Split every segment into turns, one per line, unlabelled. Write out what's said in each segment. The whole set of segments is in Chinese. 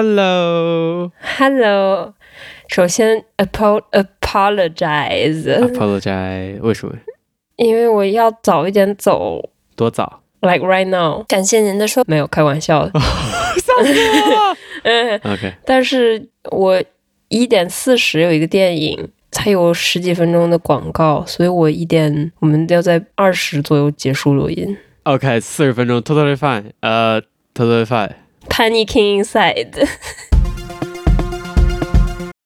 Hello，
Hello，首先 apo apologize，、
apologize，为什么？
因为我要早一点走
多早？
，like right now。感谢您的说，没有开玩 笑的，嗯，
OK，
但是我一点四十有一个电影，它有十几分钟的广告，所以我一点我们要在二十左右结束录音。
OK，四十分钟，totally fine，呃、t o t a l l y fine。
Panicking inside,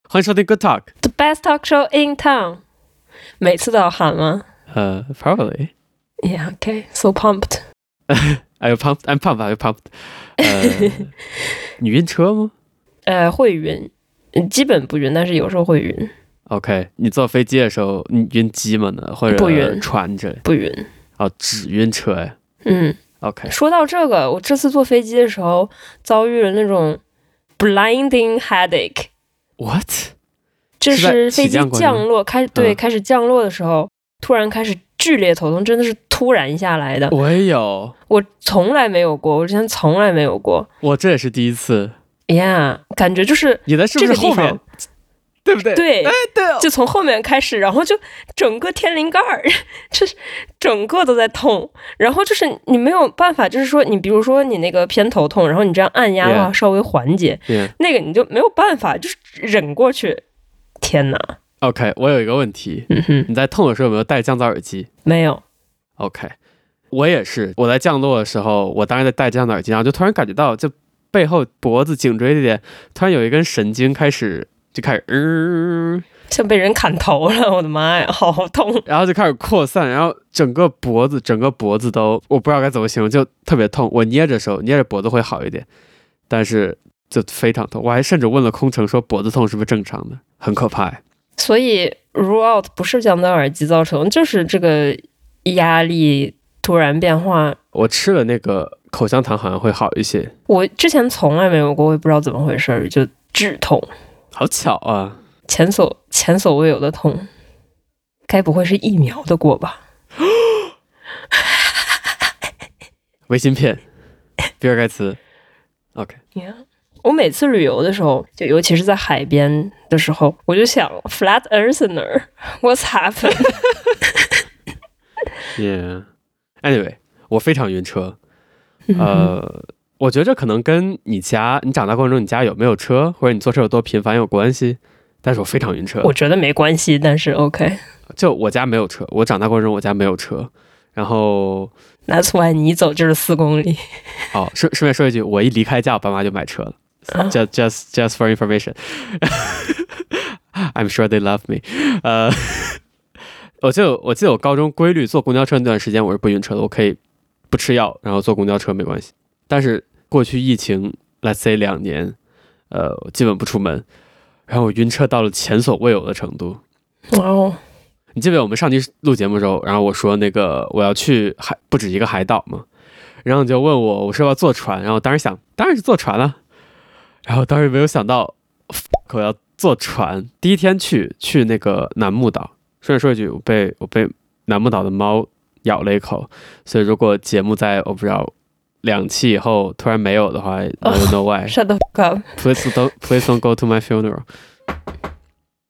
欢迎收听 Good Talk，
the best talk show in town。每次都要喊吗
呃、p r o b a b l y
？Yeah, OK, so pumped.
i m pumped，I'm pumped，I'm pumped。呃， 你晕车吗
呃，会晕，嗯基本不晕，但是有时候会晕，
？OK，你坐飞机的时候你晕机吗呢？或者
不晕
船之类？
不晕。
哦，只晕车哎。
嗯，
OK，
说到这个，我这次坐飞机的时候遭遇了那种 blinding headache，
What？
这
是在
是飞
起
机
降过程
降落开对、
嗯
开始降落的时候，突然开始剧烈头痛，真的是突然一下来的，
我也有，
我从来没有过，我之前从来没有过。
我这也是第一次。
呀、感觉就是
你的是不
这
是
个地
后面
方？，
对不对？
对，
对哦
就从后面开始，然后就整个天灵盖儿，这是整个都在痛。然后就是你没有办法，就是说你比如说你那个偏头痛，然后你这样按压的话
Yeah.
稍微缓解，
Yeah
那个你就没有办法，就是忍过去。天哪，
OK，我有一个问题，
嗯哼，
你在痛的时候有没有戴降噪耳机？
没有，
OK，我也是，我在降落的时候，我当时在戴降噪耳机，然后就突然感觉到，就背后脖子、颈椎这点，突然有一根神经开始就开始，嗯，
像被人砍头了，我的妈呀，好痛！
然后就开始扩散，然后整个脖子、整个脖子都，我不知道该怎么形容，就特别痛。我捏着手，捏着脖子会好一点，但是就非常痛。我还甚至问了空乘说，脖子痛是不是正常的？很可怕、哎。
所以 rule out 不是降噪耳机造成，就是这个压力突然变化。
我吃了那个口香糖，好像会好一些。
我之前从来没有过，我也不知道怎么回事儿，就剧痛。
好巧啊！
前所前所未有的痛，该不会是疫苗的果吧？
微芯片，比尔盖茨。OK，
我每次旅游的时候，就尤其是在海边的时候，我就想 flat earther what's happened？
Yeah. Anyway，我非常晕车。
嗯
呃，我觉得这可能跟你家，你长大过程中你家有没有车，或者你坐车有多频繁有关系。但是我非常晕车，
嗯我觉得没关系，但是 OK，that's、
就我家没有车，我长大过程中我家没有车。然后
why 你一走就是四公里。
哦，顺顺便说一句，我一离开家，我爸妈就买车了。Just
啊
just just for information, I'm sure they love me. 呃， 我就我记得我高中规律坐公交车那段时间，我是不晕车的，我可以不吃药，然后坐公交车没关系。但是过去疫情，let's say 两年，呃，我基本不出门，然后我晕车到了前所未有的程度。
哇哦，
你记不记得我们上期录节目的时候，然后我说那个我要去海不止一个海岛嘛，然后你就问我我是要不要坐船，然后我当时想当然是坐船了、啊然后当时没有想到 fuck，我要坐船，第一天去去那个楠木岛，顺便说一句，我被我被楠木岛的猫咬了一口，所以如果节目在我不知道两期以后突然没有的话，I don't know why，
shut the fuck up！
Please don't, please don't go to my funeral。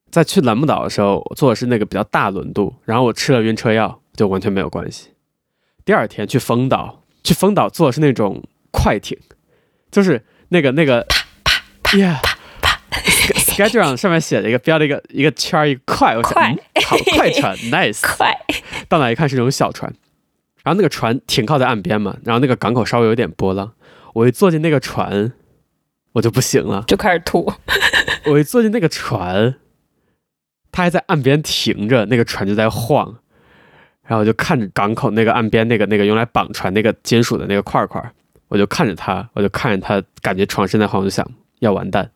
在去蓝木岛的时候，我坐的是那个比较大轮渡，然后我吃了晕车药，就完全没有关系。第二天去丰岛，去丰岛坐的是那种快艇，就是那个那个，yeah。Schedule 上上面写了一个标了一个一个圈儿一个快，我想
快
嗯、好快船，nice。
快，
到哪一看是那种小船，然后那个船停靠在岸边嘛，然后那个港口稍微有点波浪，我一坐进那个船，我就不行了。
就开始吐。
我一坐进那个船，它还在岸边停着，那个船就在晃，然后我就看着港口那个岸边那个那个用来绑船那个金属的那个块块，我就看着它，我就看着它，感觉床身在晃，我就想要完蛋，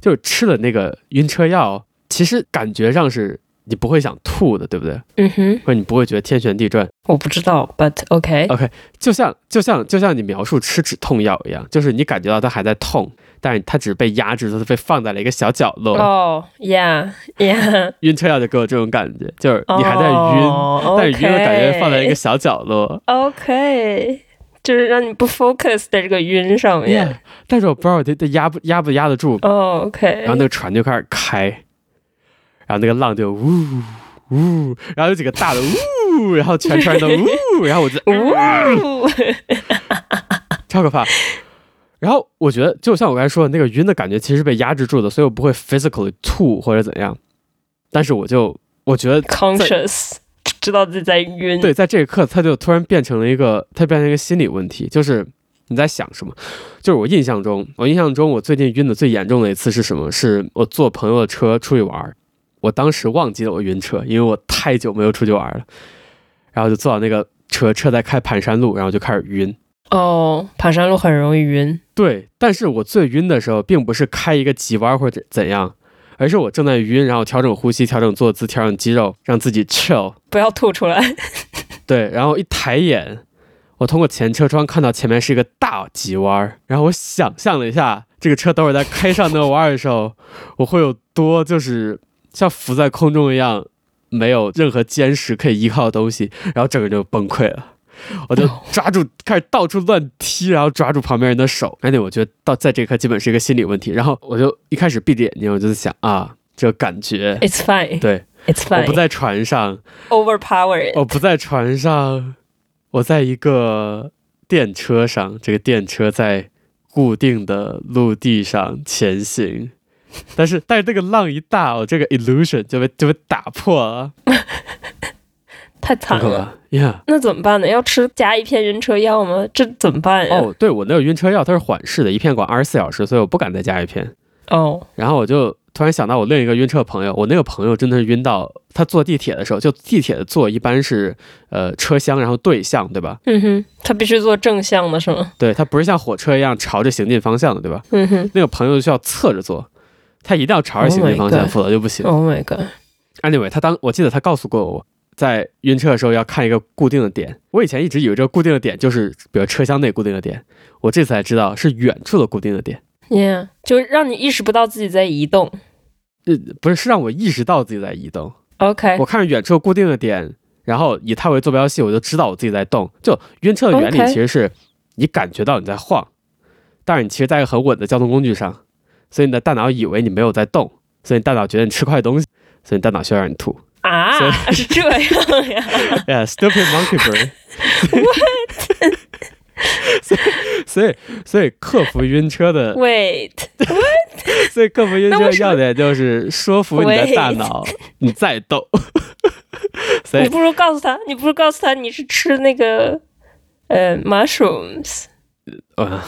就是吃了那个晕车药，其实感觉上是你不会想吐的，对不对？
嗯哼，
或者你不会觉得天旋地转，
我不知道，but OK，
就像就像就像你描述吃止痛药一样，就是你感觉到它还在痛，但是它只是被压制，它是被放在了一个小角落。
哦、yeah，yeah，
晕车药就给我这种感觉，就是你还在晕，
哦
但是晕的感觉
OK
放在一个小角落。
OK，就是让你不 focus 在这个晕上面。
Yeah，但是我不知道我得得压不压不压得住，
哦，OK，
然后那个船就开始开，然后那个浪就呜呜，然后有几个大的呜，然后全船都呜， 然后我就
呜，
超可怕。然后我觉得，就像我刚才说的，那个晕的感觉其实是被压制住的，所以我不会 physically 吐或者怎样，但是我就我觉得
conscious，知道自己在晕。
对，在这一刻，它就突然变成了一个，它变成一个心理问题，就是你在想什么？就是我印象中，我印象中我最近晕的最严重的一次是什么？是我坐朋友的车出去玩儿，我当时忘记了我晕车，因为我太久没有出去玩儿了，然后就坐到那个车，车在开盘山路，然后就开始晕。
哦，爬山路很容易晕。
对，但是我最晕的时候，并不是开一个急弯或者怎样，而是我正在晕，然后调整呼吸、调整坐姿、调整肌肉，让自己 chill，
不要吐出来。
对，然后一抬眼，我通过前车窗看到前面是一个大急弯儿，然后我想象了一下，这个车等会儿在开上那个弯儿的时候，我会有多就是像浮在空中一样，没有任何坚实可以依靠的东西，然后整个人就崩溃了。 我就抓住，开始到处乱踢，然后抓住旁边人的手。哎，对，我觉得到在这一刻基本是一个心理问题。然后我就一开始闭着眼睛，我就在想啊，这个感觉，
It's fine.
对
It's
我
fine.
不在船上，
overpower it.
我哦不在船上，我在一个电车上，这个电车在固定的陆地上前行，但是但是那个浪一大，我这个 illusion 就被就被打破了，
太惨了。
呀！
那怎么办呢？要吃加一片晕车药吗？这怎么办
Yeah
呀？
哦，对我那个晕车药它是缓释的，一片管二十四小时，所以我不敢再加一片。
哦，
然后我就突然想到我另一个晕车朋友，我那个朋友真的是晕到他坐地铁的时候，就地铁的座一般是呃车厢然后对向对吧？
嗯哼，他必须做正向的是吗？
对，它不是像火车一样朝着行进方向的对吧？
嗯哼
那个朋友需要侧着坐，他一定要朝着行进方
Oh my
向，
God
否则就不行。
，Oh my god，
Anyway，他当我记得他告诉过我，在晕车的时候要看一个固定的点。我以前一直以为这个固定的点就是，比如车厢内固定的点，我这次才知道是远处的固定的点，
，Yeah，就让你意识不到自己在移动。
不是是让我意识到自己在移动。
OK，
我看着远处固定的点，然后以它为坐标系，我就知道我自己在动。就晕车的原理
OK
其实是你感觉到你在晃，但是你其实在一个很稳的交通工具上，所以你的大脑以为你没有在动，所以你大脑觉得你吃块东西，所以你大脑需要让你吐。
啊，是这样呀。
Yeah, stupid monkey brain. What? 所以，所以克服晕车的，
Wait，
所以克服晕车
那
的
为什么
要点就是说服你的大脑你在动。所
你
以
不如告诉他，你不如告诉他你是吃那个呃 mushrooms。
啊，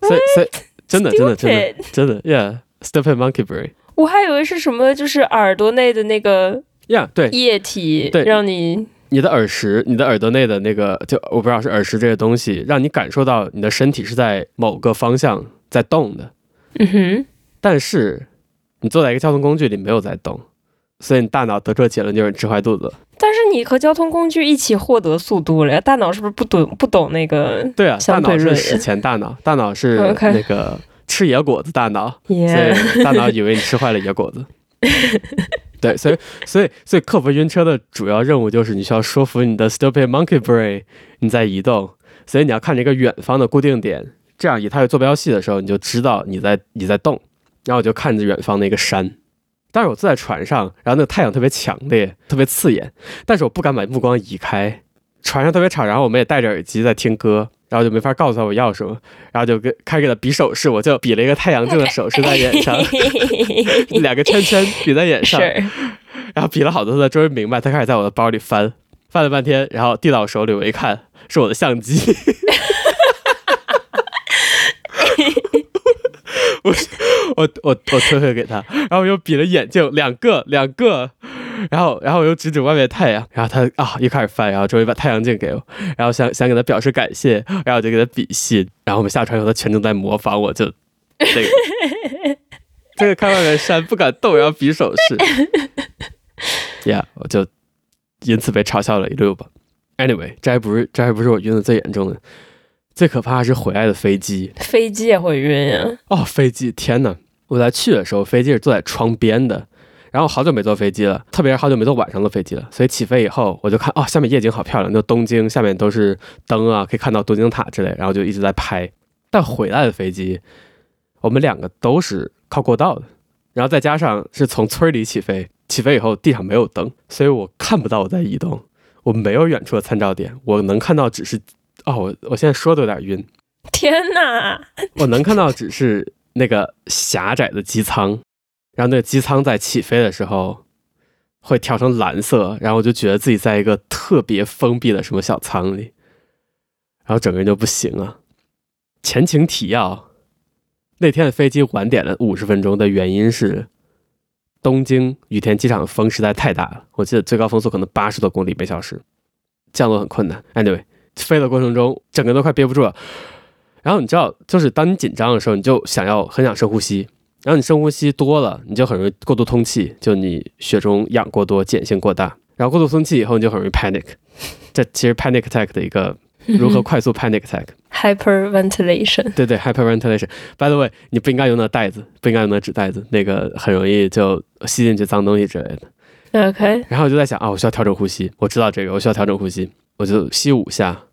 所以，所以真的，真的，真的
Stupid，
真的，Yeah, stupid monkey brain.
我还以为是什么，就是耳朵内的那个
Yeah，对，
液体
对
让你
你的耳石，你的耳朵内的那个，就我不知道是耳石这个东西，让你感受到你的身体是在某个方向在动的。
嗯哼，
但是你坐在一个交通工具里没有在动，所以你大脑得出的结论就是你吃坏肚子。
但是你和交通工具一起获得速度了呀，大脑是不是不懂不懂那个
对啊，大
相对
脑是
论
史前大脑，大脑是
OK
那个吃野果子大脑，所
yeah
以大脑以为你吃坏了野果子。对，所以所以所以克服晕车的主要任务就是你需要说服你的 stupid monkey brain 你在移动，所以你要看着一个远方的固定点，这样以它为坐标系的时候，你就知道你在你在动。然后我就看着远方的一个山，但是我坐在船上，然后那个太阳特别强烈，特别刺眼，但是我不敢把目光移开。船上特别吵，然后我们也戴着耳机在听歌，然后就没法告诉他我要什么，然后就跟开始给他比手势，我就比了一个太阳镜的手势在眼 上，两个圈圈比在眼上，
是
然后比了好多次，终于明白，他开始在我的包里翻，翻了半天，然后递到我手里，我一看是我的相机。我我我我推回给他，然后我又比了眼镜两个两个，然后然后我又指指外面的太阳，然后他啊又开始翻，然后终于把太阳镜给我，然后想想给他表示感谢，然后我就给他比心，然后我们下船以后，他全程在模仿我，就这个这个看外面的山不敢动，然后比手势，呀、我就因此被嘲笑了一溜吧。Anyway，这还不是这还不是我晕的最严重的，最可怕的是回来的飞机
飞机也会晕呀、啊
哦，飞机天呐，我在去的时候，飞机是坐在窗边的，然后好久没坐飞机了，特别是好久没坐晚上的飞机了，所以起飞以后我就看哦，下面夜景好漂亮，就东京下面都是灯啊，可以看到东京塔之类，然后就一直在拍。但回来的飞机，我们两个都是靠过道的，然后再加上是从村里起飞，起飞以后地上没有灯，所以我看不到我在移动，我没有远处的参照点，我能看到只是哦，我我现在说的有点晕，
天哪！
我能看到只是那个狭窄的机舱，然后那个机舱在起飞的时候会调成蓝色，然后我就觉得自己在一个特别封闭的什么小舱里，然后整个人就不行了。前情提要：那天的飞机晚点了五十分钟的原因是，东京羽田机场的风实在太大了，我记得最高风速可能八十多公里每小时，降落很困难。Anyway，飞的过程中整个人都快憋不住了。然后你知道，就是当你紧张的时候，你就想要很想深呼吸，然后你深呼吸多了，你就很容易过度通气，就你血中氧过多，碱性过大。然后过度通气以后，你就很容易 panic。这其实 panic attack 的一个如何快速 panic attack。
嗯 hyperventilation？
对对，hyperventilation。By the way，你不应该用那袋子，不应该用那纸袋子，那个很容易就吸进去脏东西之类的。
OK，
然后我就在想啊，我需要调整呼吸，我知道这个，我需要调整呼吸，我就吸五下，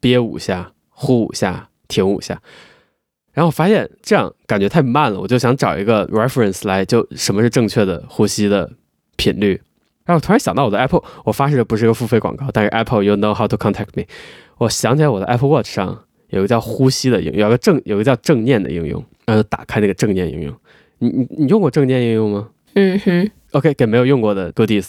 憋五下，呼五下，停五下。然后我发现这样感觉太慢了，我就想找一个 reference 来，就什么是正确的呼吸的频率。然后我突然想到我的 Apple，我发誓这不是一个付费广告，但是 Apple you know how to contact me。我想起来我的 Apple Watch 上有一个叫呼吸的应，有一个正有一个叫正念的应用，然后就打开那个正念应用。你你你用过正念应用吗？
嗯哼，
OK，给没有用过的 goodies，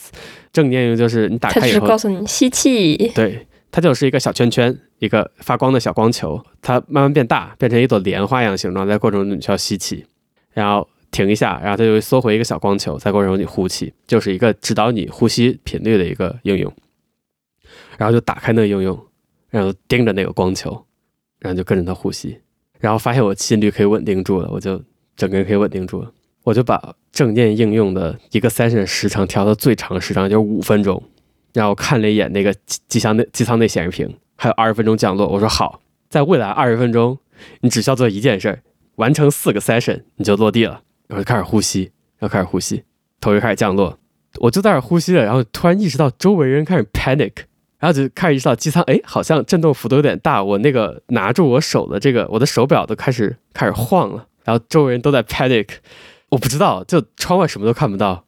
正念应用就是你打开
它只
以
是
后
告，诉你吸气。
对，它就是一个小圈圈，一个发光的小光球，它慢慢变大，变成一朵莲花一样的形状，在过程中你需要吸气，然后停一下，然后它就会缩回一个小光球，在过程中你呼气，就是一个指导你呼吸频率的一个应用。然后就打开那个应用，然后盯着那个光球，然后就跟着它呼吸，然后发现我心率可以稳定住了，我就整个人可以稳定住了。我就把正念应用的一个 session 时长调到最长时长，就是五分钟。然后看了一眼那个机机舱内机舱内显示屏，还有二十分钟降落。我说好，在未来二十分钟，你只需要做一件事儿，完成四个 session，你就落地了。然后就开始呼吸，然后开始呼吸，头就开始降落。我就在那儿呼吸了，然后突然意识到周围人开始 panic，然后就开始意识到机舱，哎，好像震动幅度有点大，我那个拿住我手的这个我的手表都开始开始晃了，然后周围人都在 panic，我不知道，就窗外什么都看不到，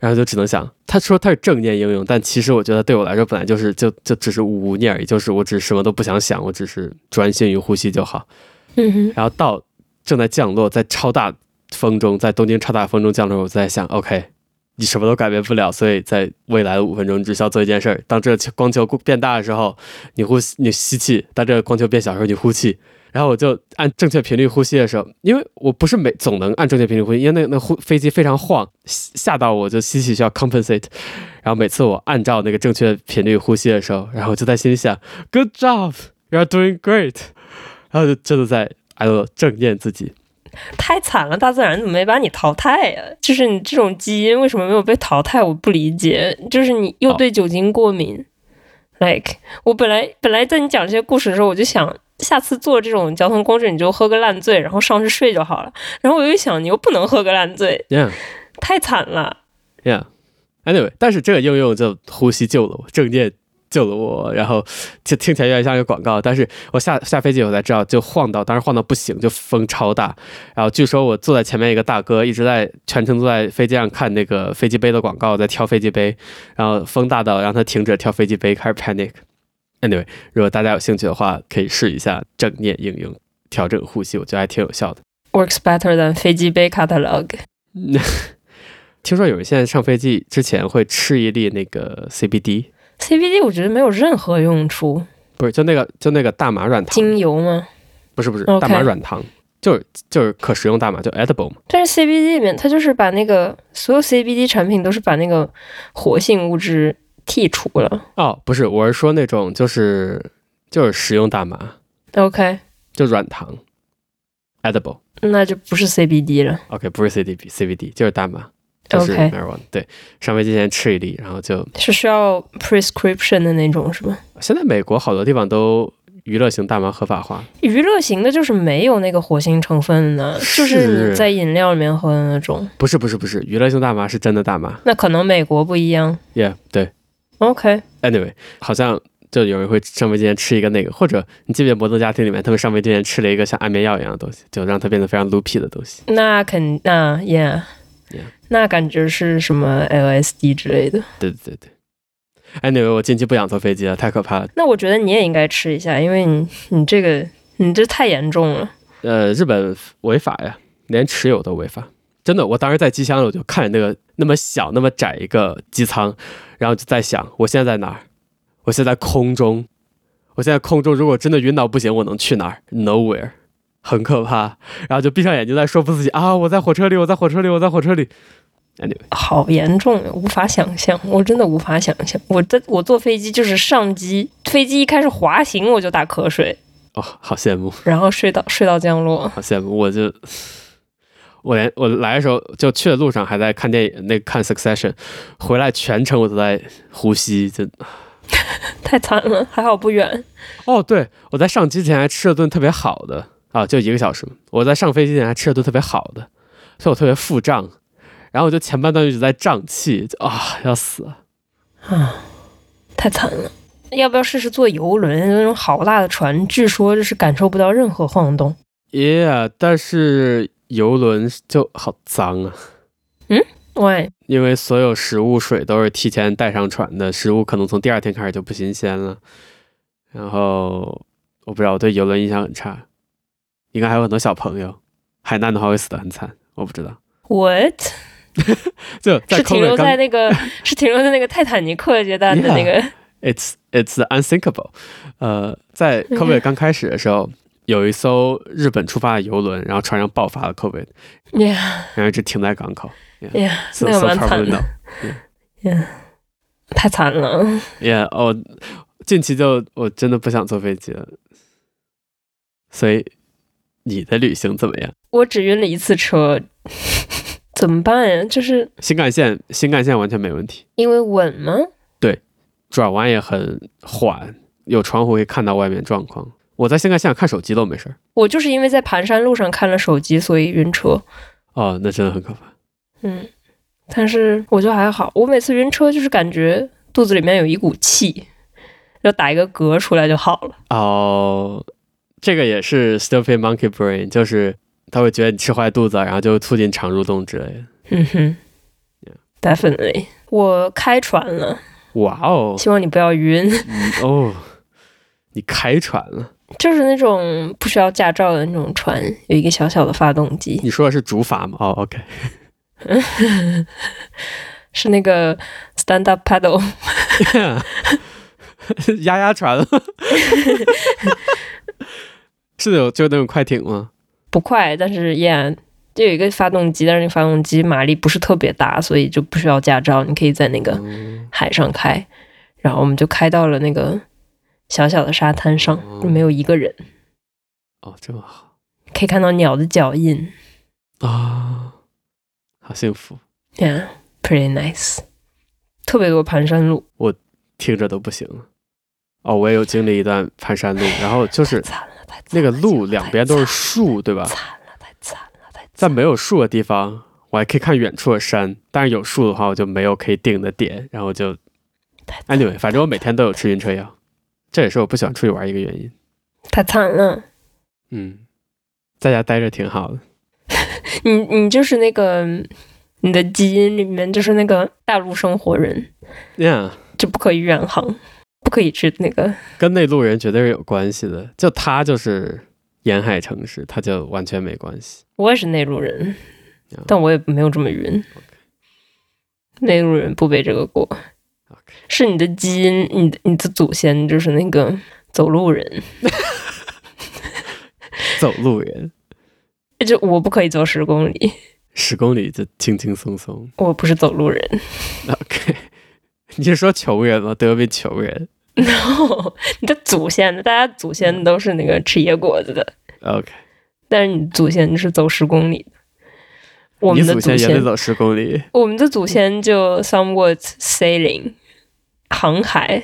然后就只能想，他说他是正念应用，但其实我觉得对我来说本来就是就就只是无无念而已，就是我只是什么都不想想，我只是专心于呼吸就好。
嗯哼，
然后到正在降落，在超大风中，在东京超大风中降落，我在想，OK，你什么都改变不了，所以在未来的五分钟，你只需要做一件事儿：当这个光球变大的时候，你呼吸，你吸气；当这个光球变小的时候，你呼气。然后我就按正确频率呼吸的时候，因为我不是每总能按正确频率呼吸，因为那那呼飞机非常晃，吓吓到我就吸气需要 compensate。然后每次我按照那个正确频率呼吸的时候，然后我就在心里想，Good job，you are doing great。然后就真的在哎呦，正念自己。
太惨了！大自然怎么没把你淘汰呀、就是你这种基因为什么没有被淘汰？我不理解。就是你又
好
对酒精过敏、l i k e 我本来本来在你讲这些故事的时候，我就想下次坐这种交通工具你就喝个烂醉，然后上去睡就好了。然后我又想你又不能喝个烂醉，
Yeah,
太惨了。
yeah. Anyway，但是这个应用就呼吸救了我，正念救了我。然后就听起来有点像一个广告，但是我下下飞机以后才知道，就晃到，当时晃到不行，就风超大。然后据说我坐在前面一个大哥一直在全程坐在飞机上看那个飞机杯的广告，在挑飞机杯，然后风大到让他停止挑飞机杯，开始 panic。Anyway，如果大家有兴趣的话，可以试一下正念应用调整呼吸，我觉得还挺有效的。
Works better than 飞机杯 catalog。
嗯， 听说有人现在上飞机之前会吃一粒那个 CBD，
CBD 我觉得没有任何用处，
不是就那个就那个大麻软糖，
精油吗？
不是不是
OK
大麻软糖，就是就是可食用大麻，就 edible 嘛。
但是 CBD 里面，它就是把那个所有 CBD 产品都是把那个活性物质剔除了。
哦，不是，我是说那种就是就是食用大麻，
OK，
就软糖，edible。
那就不是 CBD 了。
OK，不是 CBD，CBD 就是大麻，就是
OK
marijuana。对，上飞机前吃一粒，然后就是
需要 prescription 的那种是吗？
现在美国好多地方都娱乐型大麻合法化。
娱乐型的就是没有那个火星成分的，就是你在饮料里面喝的那种。
不是不是不是，娱乐性大麻是真的大麻。
那可能美国不一样。
Yeah，对。
OK，
Anyway，好像就有人会上飞之前吃一个那个，或者你记不记得《摩登家庭》里面他们上飞之前吃了一个像安眠药一样的东西，就让他变得非常 loopy 的东西。
那肯那 yeah，,
Yeah
那感觉是什么 LSD 之类的。
对对对对。Anyway，我近期不想坐飞机了，太可怕了。
那我觉得你也应该吃一下，因为你你这个你这太严重了。
呃，日本违法呀，连持有都违法。真的，我当时在机箱里，我就看着那个那么小、那么窄一个机舱，然后就在想，我现在在哪儿？我现在在空中，我现在空中，如果真的晕到不行，我能去哪儿？Nowhere，很可怕。然后就闭上眼睛在说服自己啊，我在火车里，我在火车里，我在火车里。Anyway，
好严重，无法想象，我真的无法想象。我在我坐飞机就是上机，飞机一开始滑行我就打瞌睡，
哦，好羡慕，
然后睡到睡到降落。
好羡慕，我就。我连我来的时候就去的路上还在看电影，那个看 Succession，回来全程我都在呼吸，就
太惨了，还好不远。
哦，对，我在上机前还吃了顿特别好的啊，就一个小时嘛。我在上飞机前还吃了顿特别好的，所以我特别腹胀，然后我就前半段一直在胀气，就啊要死。
太惨了。要不要试试坐游轮？那种好大的船，据说就是感受不到任何晃动。
Yeah，但是游轮就好脏啊，
喂，
因为所有食物、水都是提前带上船的，食物可能从第二天开始就不新鲜了。然后我不知道，我对游轮印象很差，应该还有很多小朋友。海难的话会死得很惨，我不知道。
what
就是在
停
坑
留
里刚
在 那个是停留在那个泰坦尼克阶段的那个
It's it's unthinkable。呃，在 COVID 刚开始的时候，有一艘日本出发的游轮，然后船上爆发了 COVID，
yeah
然后一直停在港口。
yeah，
So
那
so
蛮
probably
惨
no.
的太惨了。
Yeah，哦，近期就我真的不想坐飞机了。所以你的旅行怎么样？
我只晕了一次车， 怎么办呀？就是
新干线新干线完全没问题，
因为稳吗？
转弯也很缓，有窗户可以看到外面状况。我在新干线上看手机都没事儿。
我就是因为在盘山路上看了手机，所以晕车。
哦，那真的很可怕。
嗯，但是我觉得还好。我每次晕车就是感觉肚子里面有一股气，就打一个嗝出来就好了。
哦，这个也是 stupid monkey brain，就是他会觉得你吃坏肚子啊，然后就促进肠蠕动之类的。
嗯哼，definitely。我开船了，
哇哦，
希望你不要晕。
嗯哦，你开船了？
就是那种不需要驾照的那种船，有一个小小的发动机。
你说的是竹筏吗？哦，OK，
是那个 stand up paddle，
压压船了， 是那种就是那种快艇吗？
不快，但是依然就有一个发动机，但是那个发动机马力不是特别大，所以就不需要驾照，你可以在那个
嗯
海上开。然后我们就开到了那个小小的沙滩上，
哦
就没有一个人，
哦，这么好
可以看到鸟的脚印。
啊、好幸福，
Yeah, pretty nice。特别多盘山路，
听着都不行了。哦，我也有经历一段盘山路，然后就是
惨了，太惨了
那个路两边都是树，对吧？
惨了，太惨了，太
在
惨了。
没有树的地方，我还可以看远处的山；但是有树的话，我就没有可以定的点，然后就
太惨了
anyway，反正我每天都有吃晕车药，啊这也是我不喜欢出去玩一个原因。
太惨了。
嗯，在家待着挺好的。
你你就是那个，你的基因里面就是那个大陆生活人，
Yeah，
就不可以远航，不可以去那个
跟内陆人绝对是有关系的。就他就是沿海城市，他就完全没关系。
我也是内陆人
啊，
但我也没有这么晕。内陆人不背这个锅
OK
是你的基因，你的你的祖先就是那个走路人，
走路人
就我不可以走十公里，
十公里就轻轻松松。
我不是走路人。
OK，你是说穷人吗？德国穷人。
然后你的祖先，大家祖先都是那个吃野果子的，
OK，
但是你祖先是走十公里的。我
你
们
祖
的
先也
先
得走十公里。
我们的祖先就 somewhat sailing 航海，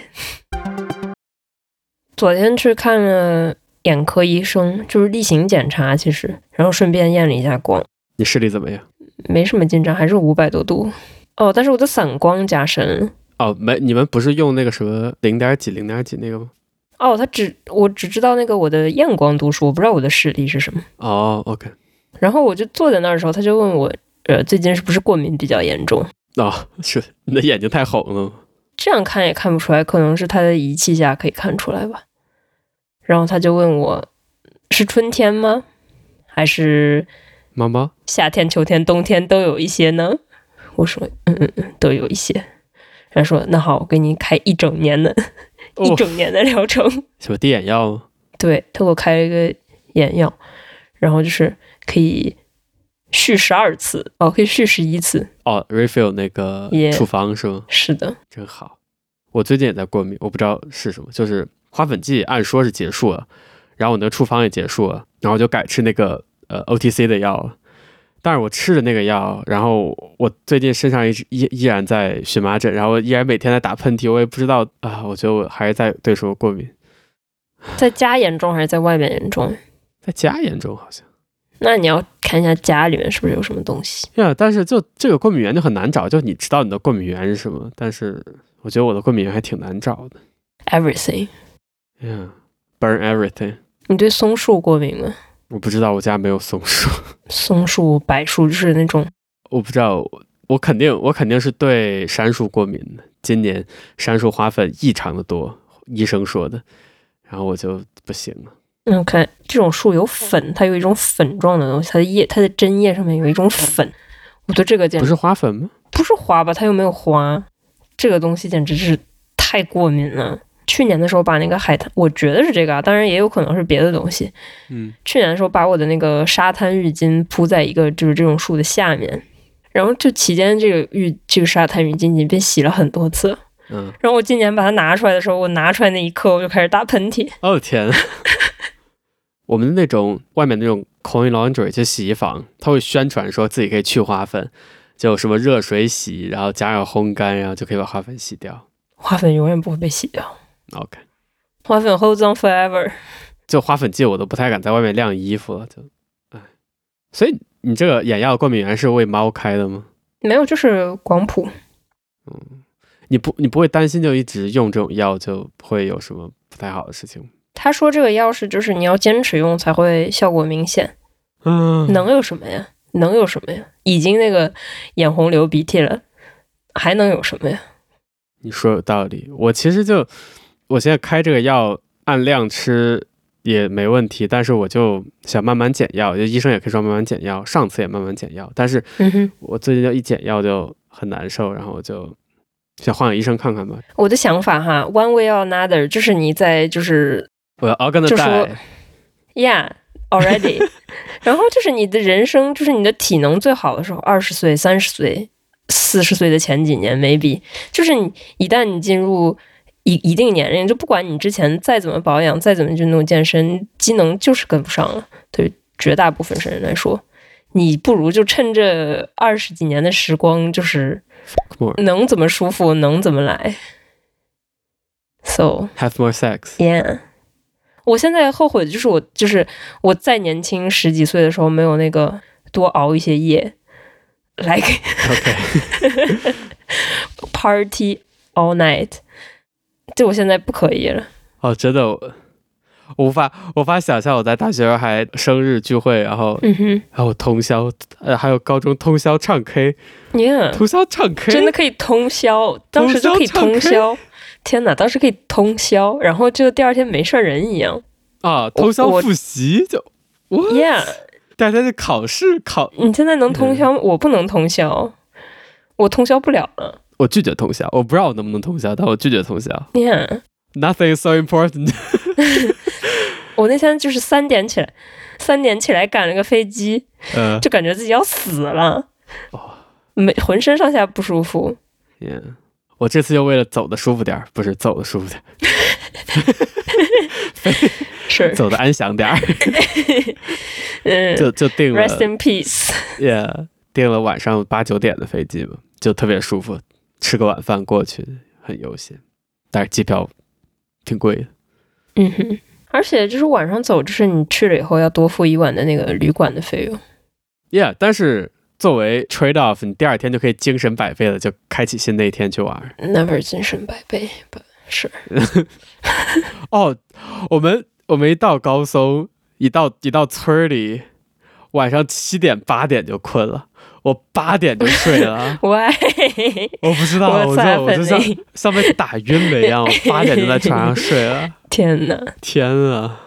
昨天去看了眼科医生，就是例行检查，其实，然后顺便验了一下光，
你视力怎么样？
没什么进展，还是五百多度。哦，但是我的散光加深了。
哦，没，你们不是用那个什么零点几、零点几那个吗？
哦，他只我只知道那个我的验光度数，我不知道我的视力是什么。
哦，OK，
然后我就坐在那儿的时候，他就问我，呃，最近是不是过敏比较严重？
哦，是你的眼睛太红了吗。
这样看也看不出来，可能是他的仪器下可以看出来吧。然后他就问我，是春天吗？还是
猫猫，
夏天、秋天、冬天都有一些呢？我说，嗯嗯嗯，都有一些。他说，那好，我给你开一整年的、
哦
一整年的疗程。
什么滴眼药吗？
对他给我开了一个眼药，然后就是可以续十二次，哦，可以续十一次。
哦，refill 那个
也
处方是吗？
是的，
真好。我最近也在过敏，我不知道是什么，就是花粉剂按说是结束了，然后我那个处方也结束了，然后我就改吃那个呃 OTC 的药了。但是我吃的那个药，然后我最近身上一直依依然在荨麻疹，然后依然每天在打喷嚏，我也不知道啊，我觉得我还是在对什么过敏，
在家严重还是在外面严重？
在家严重好像。
那你要看一下家里面是不是有什么东西。
呀，但是就这个过敏源就很难找，就你知道你的过敏源是什么，但是我觉得我的过敏源还挺难找的。
Everything，
呀、b u r n everything，
你对松树过敏吗？
我不知道我家没有松树。
松树、柏树就是那种
我不知道，我肯定我肯定是对杉树过敏的。今年杉树花粉异常的多，医生说的，然后我就不行了。
嗯，看这种树有粉，它有一种粉状的东西，它的叶、它的针叶上面有一种粉。我对这个简
不
直
是花粉吗？
嗯不是花吧，它又没有花，这个东西简直是太过敏了。去年的时候把那个海滩，我觉得是这个啊，当然也有可能是别的东西。
嗯，
去年的时候把我的那个沙滩浴巾铺在一个就是这种树的下面，然后就期间这个浴这个沙滩浴巾已经被洗了很多次了。
嗯，
然后我今年把它拿出来的时候，我拿出来那一刻我就开始打喷嚏。
哦天啊，我们那种外面那种 coin laundry 就洗衣房，它会宣传说自己可以去花粉，就什么热水洗，然后加上烘干，然后就可以把花粉洗掉。
花粉永远不会被洗掉，
OK，
花粉 holds on forever。
就花粉剂我都不太敢在外面晾衣服了，就哎，所以你这个眼药过敏源是为猫开的吗？
没有，就是广谱。
嗯，你不你不会担心就一直用这种药就会有什么不太好的事情吗？
他说这个药是就是你要坚持用才会效果明显，
嗯
能有什么呀？能有什么呀？已经那个眼红流鼻涕了，还能有什么呀？
你说有道理。我其实就我现在开这个药按量吃也没问题，但是我就想慢慢减药，就医生也可以说慢慢减药，上次也慢慢减药，但是
嗯哼，
我最近就一减药就很难受，然后我就想换个医生看看吧。
我的想法哈，one way or another，就是你在就是
我要 gonna
就说
die。
Yeah, already 。然后就是你的人生，就是你的体能最好的时候，二十岁、三十岁、四十岁的前几年，maybe 就是你一旦你进入一一定年龄，就不管你之前再怎么保养，再怎么运动健身，机能就是跟不上了。对于绝大部分人来说，你不如就趁这二十几年的时光，就是能怎么舒服能怎么来。So。
Have more sex。
Yeah，我现在后悔的就是我就是我再年轻十几岁的时候没有那个多熬一些夜，like
OK，
party all night。就我现在不可以了，
哦，真的，我我无法无法想象我在大学还生日聚会，然后
嗯哼
还有通宵，呃，还有高中通宵唱 K，
，Yeah，
通宵唱 K，
真的可以通宵，当时就可以通
通宵
宵。天哪，当时可以通宵，然后就第二天没事儿人一样。
啊，通宵
我
复习就我
Yeah，
第二天就考试考，
你现在能通宵，我不能通宵，我通宵不了了。
我拒绝通宵，我不知道我能不能通宵，但我拒绝通宵。
Yeah，
Nothing is so important
我那天就是三点起来，三点起来赶了个飞机，
呃。
就感觉自己要死了，
哦
没浑身上下不舒服。
Yeah，我这次又为了走的舒服点儿，不是走的舒服点 儿，
是，
走的安详点儿，
嗯
就就定了
，Rest in peace。
Yeah，订了晚上八九点的飞机嘛，就特别舒服，吃个晚饭过去很悠闲，但是机票挺贵的。
嗯哼，而且就是晚上走，就是你去了以后要多付一晚的那个旅馆的费用。
Yeah，但是作为 trade off，你第二天就可以精神百倍了，就开启新的一天去玩。
Never 精神百倍，不是。
哦，我们我们一到高松，一到一到村儿里，晚上七点八点就困了，我八点就睡了
why？
啊 我不知道，
What's
我就我就像
happening？
像被打晕了一样，我八点就在床上睡 了。
天哪，
天啊，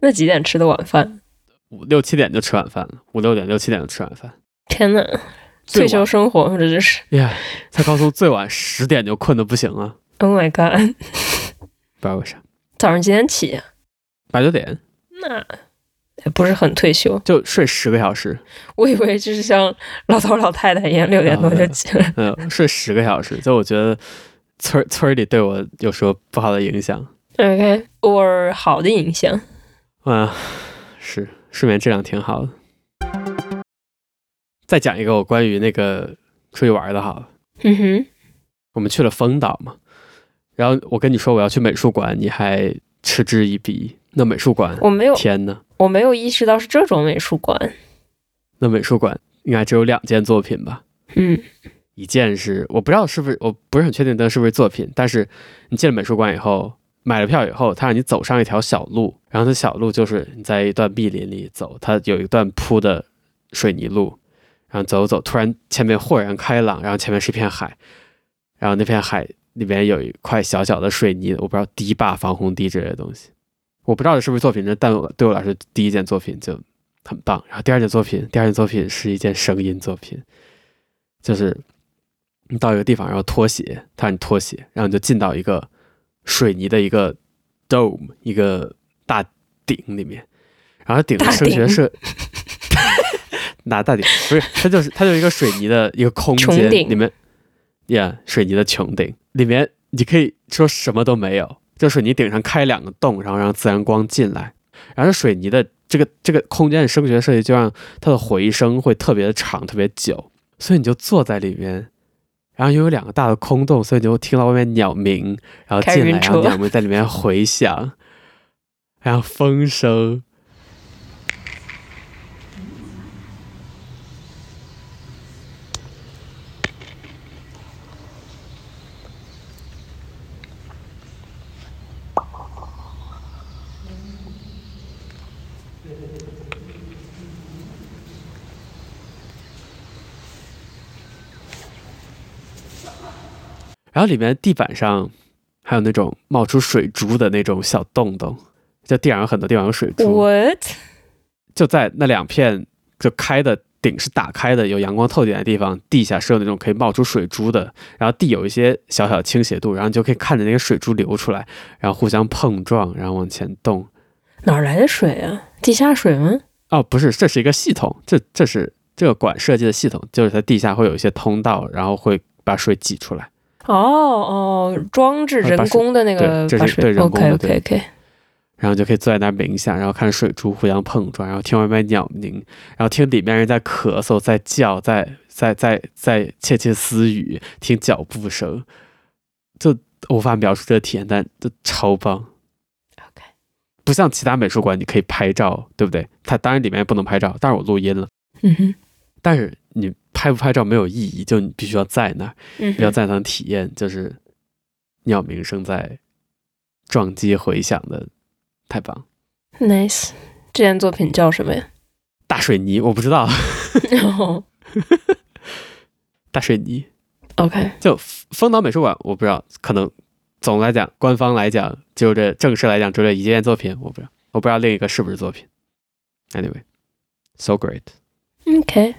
那几点吃的晚饭？
五六七点就吃晚饭了，五六点六七点就吃晚饭。
天哪，退休生活，这就是
呀在高松最晚十点就困的不行了，
Oh my God！
不知道为啥。
早上几点起啊？
八九点
那也不是很退休，
就睡十个小时，
我以为就是像老头老太太一样，六点多就起来。
嗯，睡十个小时，就我觉得村村里对我有什么不好的影响，
OK，or 好的影响。
啊，是睡眠质量挺好的。再讲一个我关于那个出去玩的好了，
嗯哼，
我们去了丰岛嘛，然后我跟你说我要去美术馆，你还嗤之以鼻。那美术馆，
我没有，
天呐，
我没有意识到是这种美术馆。
那美术馆应该只有两件作品吧？
嗯
一件是我不知道是不是，我不是很确定它是不是作品，但是你进了美术馆以后，买了票以后，它让你走上一条小路，然后这小路就是你在一段密林里走，它有一段铺的水泥路，然后走走，突然前面豁然开朗，然后前面是一片海，然后那片海里面有一块小小的水泥，我不知道堤坝、防洪堤之类的东西，我不知道这是不是作品，但我对我来说第一件作品就很棒，然后第二件作品，第二件作品是一件声音作品。就是你到一个地方，然后脱鞋，他让你脱鞋，然后你就进到一个水泥的一个 dome 一个大顶里面，然后顶
大
上升学
顶
社，拿大顶不是，它就是它就是一个水泥的一个空
穹
间
顶
里面，呀、水泥的穹顶里面，你可以说什么都没有，就水泥顶上开两个洞，然后让自然光进来，然后这水泥的这个这个空间的声学设计就让它的回声会特别的长，特别久，所以你就坐在里面，然后又有两个大的空洞，所以你就听到外面鸟鸣，然后
开
进来，
晕
然后
车
鸟鸣在里面回响，然后风声，然后里面地板上还有那种冒出水珠的那种小洞洞，就地上有很多地方有水珠。
，What？
就在那两片就开的顶是打开的，有阳光透进来的地方，地下是有那种可以冒出水珠的，然后地有一些小小的倾斜度，然后你就可以看着那个水珠流出来，然后互相碰撞，然后往前动。
哪儿来的水啊？地下水吗？
哦，不是，这是一个系统，这这是这个管设计的系统，就是它地下会有一些通道，然后会把水挤出来。
哦哦，装置
呃把
人
水
工的那个
对这
啊把
是
水
对人工的
OK OK OK，
然后就可以坐在那儿冥想，然后看水珠互相碰撞，然后听外面鸟鸣，然后听里面人在咳嗽、在叫、在在在在窃窃私语，听脚步声，就无法描述这个体验，但就超棒。
OK
不像其他美术馆，你可以拍照，对不对？它当然里面不能拍照，但是我录音了。
嗯哼，
但是你拍不拍照没有意义，就你必须要在那儿，
嗯
你要
哼，
在那儿体验，就是鸟鸣声在撞击回响的，太棒了。
嗯 Nice，这件作品叫什么 呀？
大水泥，我不知道
哦
大水泥。
，OK，
就丰岛美术馆，我不知道，可能总的来讲，官方来讲，就这正式来讲，就这一件作品，我不知道，我不知道另一个是不是作品。Anyway，so great，
OK，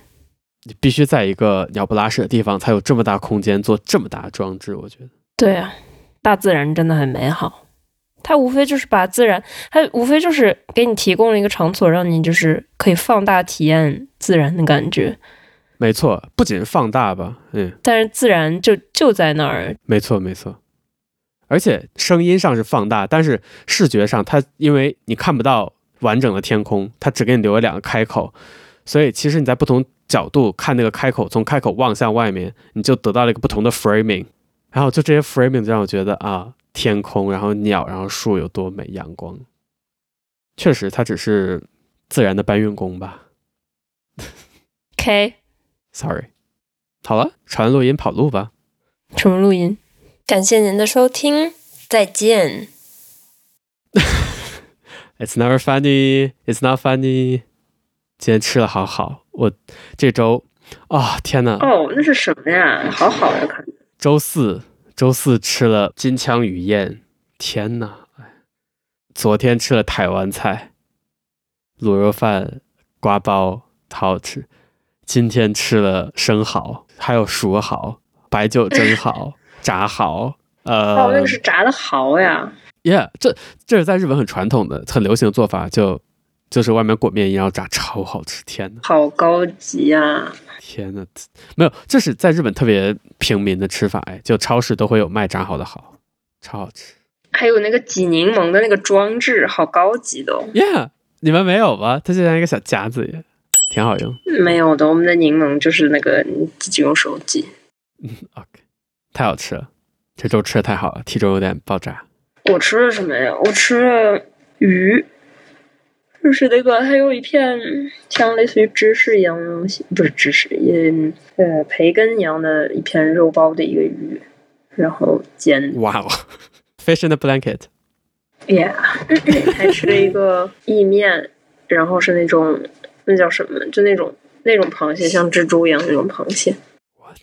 你必须在一个鸟不拉屎的地方才有这么大空间做这么大的装置，我觉得。
对啊，大自然真的很美好，它无非就是把自然，它无非就是给你提供了一个场所，让你就是可以放大体验自然的感觉。
没错，不仅是放大吧，嗯，
但是自然就就在那儿，
没错没错，而且声音上是放大，但是视觉上它因为你看不到完整的天空，它只给你留了两个开口，所以其实你在不同角度看那个开口，从开口望向外面，你就得到了一个不同的 framing。然后就这些 framing 就让我觉得啊，天空，然后鸟，然后树有多美，阳光，确实它只是自然的搬运工吧。
K
Sorry，好了，传完录音跑路吧，
什么录音？
感谢您的收听，再见。
It's never funny. It's not funny. 今天吃了好好，我这周啊、天哪，
哦，那是什么呀？好好的看。
周四周四吃了金枪鱼宴，天哪！哎昨天吃了台湾菜，卤肉饭、瓜包，好好吃。今天吃了生蚝，还有熟蚝、白酒蒸蚝、炸蚝，呃，
哦，那个是炸的蚝呀。
Yeah，这这是在日本很传统的、很流行的做法，就就是外面裹面衣，然后炸，超好吃！天呐，
好高级啊呀！
天呐，没有，这是在日本特别平民的吃法，哎，就超市都会有卖炸好的好，超好吃。
还有那个挤柠檬的那个装置，好高级的、哦。
Yeah，你们没有吗？它就像一个小夹子一样，挺好用。
没有的，我们的柠檬就是那个你自己用手挤。
OK，太好吃了，这周吃的太好了，体重有点爆炸。
我吃了什么呀？我吃了鱼，就是那个它有一片像类似于芝士一样的东西，不是芝士，也呃培根一样的一片肉包的一个鱼，然后煎
哇、哦，Fish in the blanket，
，yeah，还 吃了一个意面，然后是那种那叫什么，就那种那种螃蟹，像蜘蛛一样那种螃蟹，
what？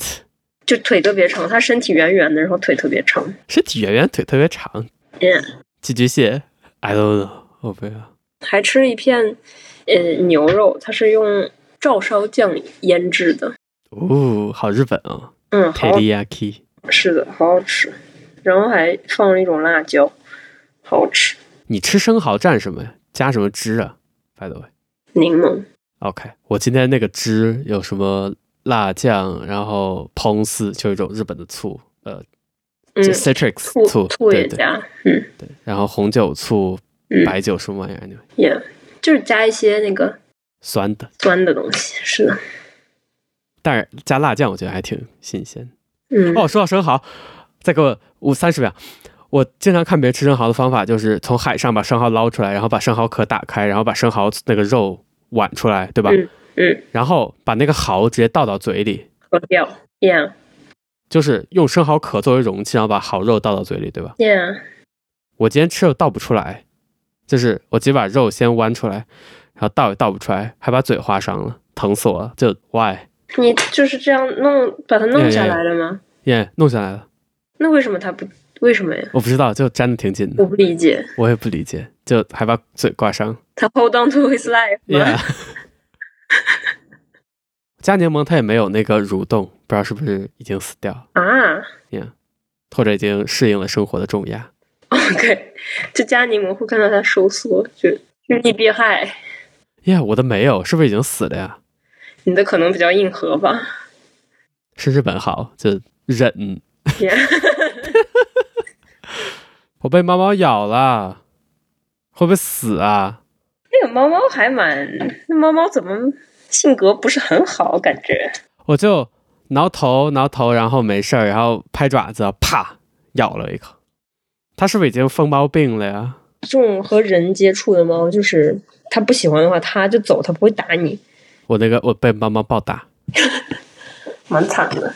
就腿特别长，它身体圆圆的，然后腿特别长
身体圆圆，腿特别长，
，yeah。
寄居蟹，I don't know，我不要。
还吃了一片呃牛肉，它是用照烧酱腌制的，
哦，好日本哦
嗯，好
，teriyaki。
是的，好好吃。然后还放了一种辣椒，好好吃，
你吃生蚝蘸什么呀？加什么汁啊？By the way。
柠檬。
OK，我今天那个汁有什么辣酱，然后烹丝，就一种日本的醋，呃，
嗯
就，citrix
醋
醋，
醋
对
也
对
加，嗯
对，然后红酒醋、
嗯，
白酒什么玩意儿，anyway，
也就是加一些那个
酸的，
酸的东西，是的，
但是加辣酱我觉得还挺新鲜。
嗯，
哦，说到生蚝，再给我五三十秒。我经常看别人吃生蚝的方法，就是从海上把生蚝捞出来，然后把生蚝壳打开，然后把生蚝那个肉挽出来，对吧？
嗯，
然后把那个蚝直接倒到嘴里，
喝掉，yeah
就是用生蚝壳作为容器，然后把蚝肉倒到嘴里，对吧？
yeah，
我今天吃又倒不出来，就是我直接把肉先剜出来，然后倒也倒不出来，还把嘴划伤了，疼死我了。就 why
你就是这样弄，把它弄
Yeah，
下
yeah
来了吗？
耶、弄下来了，
那为什么它不？为什么呀？
我不知道，就粘的挺紧
我
的，
不理解，
我也不理解，就还把嘴挂伤。
他 hold on to his life 吗
Yeah，加柠檬它也没有那个蠕动，不知道是不是已经死掉了
啊
，yeah，或者已经适应了生活的重压。
，OK，就加柠檬会看到它收缩，就趋利避害。
耶、yeah,，我的没有，是不是已经死了呀？
你的可能比较硬核吧
是日本好，就忍。
，yeah，
我被猫猫咬了，会不会死啊？
那个猫猫还蛮，那猫猫怎么性格不是很好？感觉
我就挠头挠头，然后没事儿，然后拍爪子，啪咬了一口。它是不是已经疯猫病了呀？
这种和人接触的猫，就是它不喜欢的话，它就走，它不会打你，
我那个我被猫猫暴打，
蛮惨的。